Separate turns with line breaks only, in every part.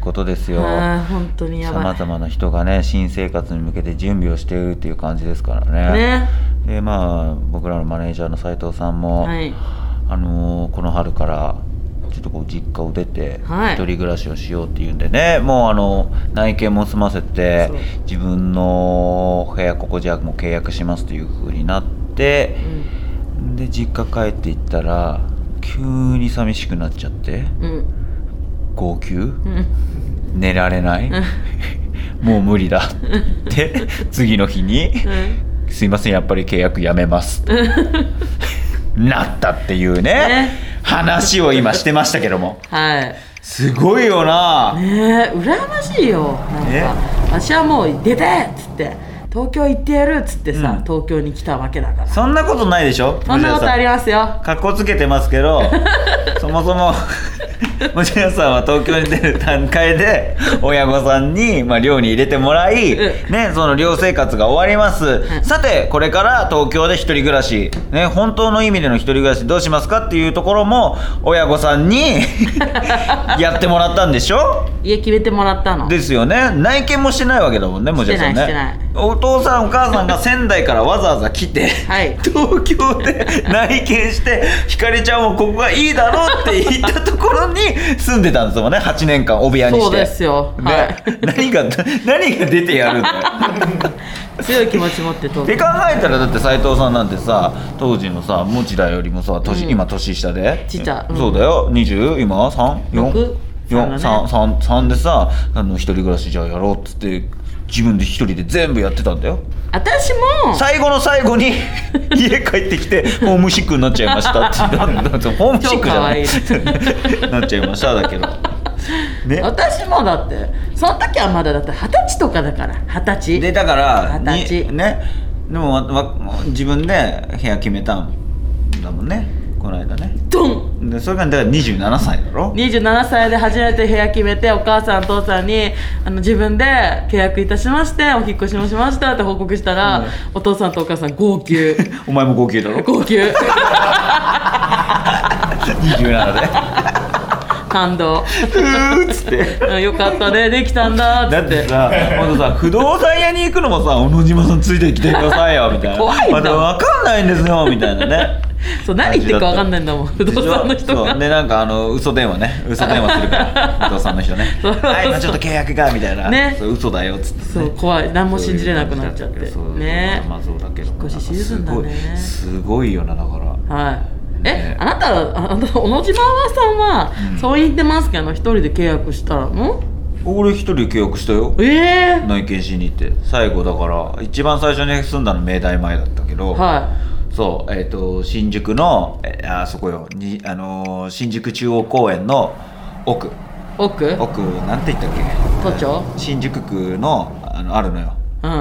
ことですよ
はい本当にや
さ
ば
ま
い
ざまな人がね新生活に向けて準備をしているっていう感じですからね
ね
でまあ僕らのマネージャーの斉藤さんも、
はい
あのーこの春からちょっとこう実家を出て
はい
一人暮らしをしようっていうんでね、もうあの内見も済ませて
そう
自分の部屋ここじゃもう契約しますという風になって
う、ん
で実家帰っていったら急に寂しくなっちゃって
うん
号泣、
うん
寝られない もう無理だって次の日に「
うん
すいませんやっぱり契約やめます」なったっていうね
ね
話を今してましたけども
はい
すごいよな、
ねえ羨ましいよなんか、
ね
私はもう出てっつって東京行ってやるっつってさ、
うん
東京に来たわけだから
そんなことないでしょ
そんなことあり
ま
ますよ
かっこつけてますけ どそもそも もちろんさんは東京に出る段階で親御さんに、まあ、寮に入れてもらい、
う
ね、その寮生活が終わります、
ん
さてこれから東京で一人暮らし、ね、本当の意味での一人暮らしどうしますかっていうところも親御さん にやってもらったんでしょ
家決めてもらったの
ですよね内見もしてないわけだもんねもちろんね
してないして
お父さんお母さんが仙台からわざわざ来て、
はい
東京で内見してひかりちゃんもここがいいだろうって言ったところに住んでたんですもんね8年間お部屋にして
そうですよ
ね
はい
何が何が出てやるんだよ
強い気持ち持って東
って考
京
えたらだって斉藤さんなんてさ当時のさ持田よりもさ年、
うん
今年下で
ちっちゃうん
そうだよ20今34
六
四
三だ
三
ね
三三でさあの一人暮らしじゃあやろうっつって自分で一人で全部やってたんだよ
私も
最後の最後 に家帰ってきてホームシックになっちゃいましたってなななホームシックじゃない
超
なっちゃいましただけどね
私もだってその時はまだだって二十歳とかだから二十
でだ
歳
から
二十
に
歳
ねでもわわ自分で部屋決めたんだもんねこの間ね
ドン
でそれがだから27歳だろ
27歳で初めて部屋決めてお母さんお父さんにあの自分で契約いたしましてお引っ越しもしましたって報告したら、お父さんとお母さん号 泣
お前も号泣だろ
号泣
27で
感
う
動
ーっつって
うんよかったねできたんだっ
だ
つ
っ
って
てさ本当さ不動産屋に行くのもさ小野島さんついてきてくださいよみたいな
怖いんだ
また分かんないんですよみたいなね
そう何言ってるか分かんないんだもん不動産の人
そ
が
うでなんかあの嘘電話ね嘘電話するから 不動産の人ね
そう
はい今ちょっと契約がみたいな
ね
そう嘘だよっつってね
そう怖い何も信じれなくなっちゃって
そう
ね
まあそうだけど
引っ越しシーズンだね
なんかすごいすごいよなだから
はいえ
ね
あなたああなた小野島さんは、
うん
そう言ってますけど一人で契約したの
俺一人契約したよ
ええ
内見しに行って最後だから一番最初に住んだの明大前だったけど、
はい
そうえっ、と新宿のえあそこよにあのー新宿中央公園の奥
奥
奥なんて言ったっけ
都庁
新宿区のあのあるのよ、
うん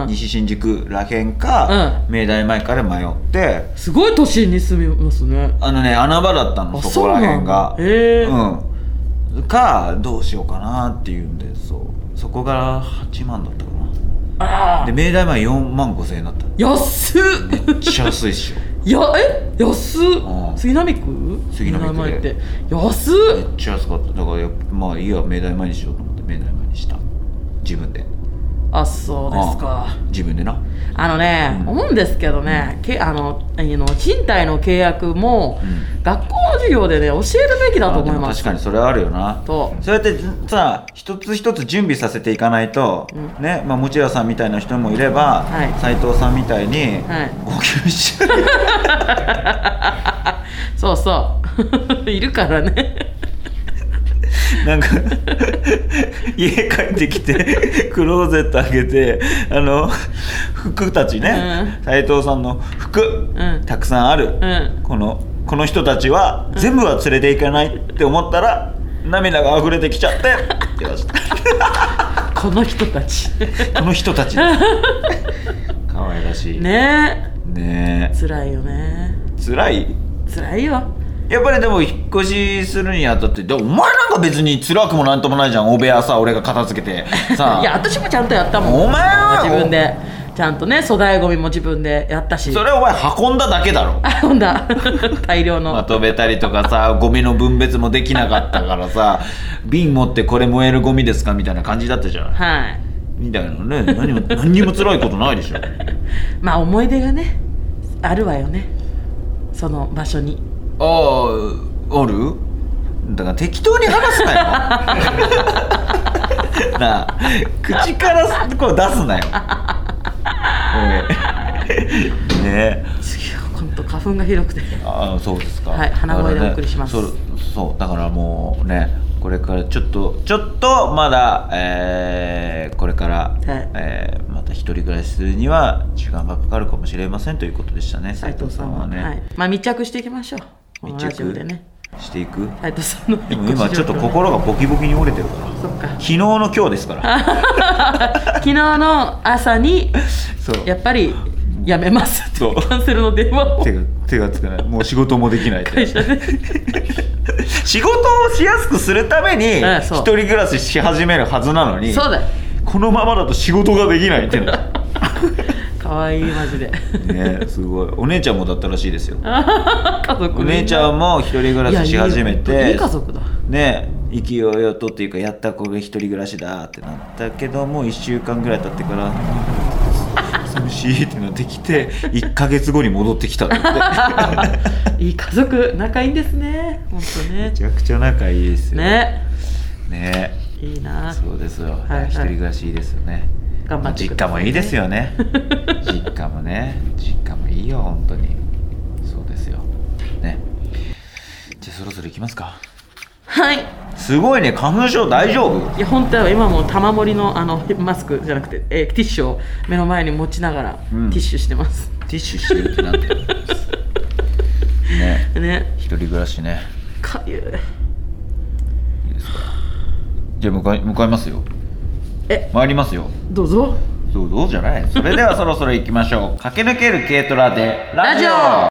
西新宿らへんか、明大前から迷って
すごい都心に住みますね
あのね穴場だった
あ
のそこらへんが
そうなんだへえ
うんかどうしようかなっていうんでそうそこが8万だったか
あ
なで明大前4万5千円だった
安っ
めっちゃ安いっしょ
やえ安
う
っ
ん
杉並区
杉並区で
って安っ
めっちゃ安かっただからやっぱまあいいや明大前にしようと思って明大前にした自分で
あそうですか
うん自分でな
あのね、
うん
思うんですけどね、けあのあの賃貸の契約も、
う
学校の授業でね教えるべきだと思い
あでも
ます
確かにそれはあるよな
と
そうやってさ一つ一つ準備させていかないと、
う
ねまあ持田さんみたいな人もいれば
はい
斎、藤さんみたいに、
はい
号泣しち ゃう
そうそう いるからね
なん か家帰ってきてクローゼット開けてあの服たちね
う
斎、藤さんの服、
ん
たくさんある、
うん
このこの人たちは全部は連れていかないって思ったら、涙が溢れてきち ゃってって言わせた
この人たち
この人たちで す可愛らしい
ね
ねえ
辛いよね
辛い
辛いよ
やっぱりでも引っ越しするにあたってでもお前なんか別に辛くも なんともないじゃんお部屋さ俺が片付けてさ
いや私もちゃんとやったもん
お前は
自分でちゃんとね粗大ごみも自分でやったし
それお前運んだだけだろ
あほんだ 大量の、
まとめたりとかさゴミの分別もできなかったから さ瓶持ってこれ燃えるゴミですかみたいな感じだったじゃん
はい
みたいなね何も何にも辛いことないでしょ
まあ思い出がねあるわよねその場所に
あああるだから適当に話すな よなあ口からこう出すなよおいねえ
次は今度花粉がひどくて
ああそうですか
はい鼻声でお送りします
だからねそうそうだからもうねこれからちょっとちょっとまだ、えーこれから、
い
えーまた一人暮らしするには時間がかかるかもしれませんということでしたね斉
斉
藤
藤
さ
さ
ん
ん
は
は
ね、
ね、はい、まあ密着していきましょうこの
密
ラジオ
着
でね
していく
斉藤さんの
でも今ちょっと心がボキボキに折れてるから
そっか
昨日の今日ですから
昨日の朝に
そう
やっぱりやめますって
そう
キャンセルの電 話を
手が手がつかないもう仕事もできないっ て
会社で
仕事をしやすくするために
うん
一
そう
人暮らしし始めるはずなのに
そうだよ
このままだと仕事ができないっての
かわいいマジで
ねすごいお姉ちゃんもだったらしいですよ
家
お
族みんな
姉ちゃんも一人暮らしし始め
いやいい
て
いい家 族だ
ね勢いよとっていうかやった子が一人暮らしだってなったけどもう1週間ぐらい経ってから 寂しいってなってきて1ヶ月後に戻ってきたって 言って
いい家族仲いいんですね本当ね
めちゃくちゃ仲いいですよ
ね
ね
いいな
そうですよ、
いはい
一人暮らしいいですよね
頑張って
実
く
家
だ
も
さいね
いいですよ ね実家もね実家もいいよ本当にそうですよねじゃあそろそろ行きますか
はい
すごいね花粉症大丈夫
いや本当は今もう玉森のあのマスクじゃなくて、えーティッシュを目の前に持ちながら、
うん
ティッシュしてます
ティッシュしてるってなんてね
ね
一人暮らしね
かゆい
いいですかじゃあ向かい向かいますよ
え
参りますよ
どうぞ
そうどうじゃないそれではそろそろ行きましょう駆け抜ける軽トラで
ラジオ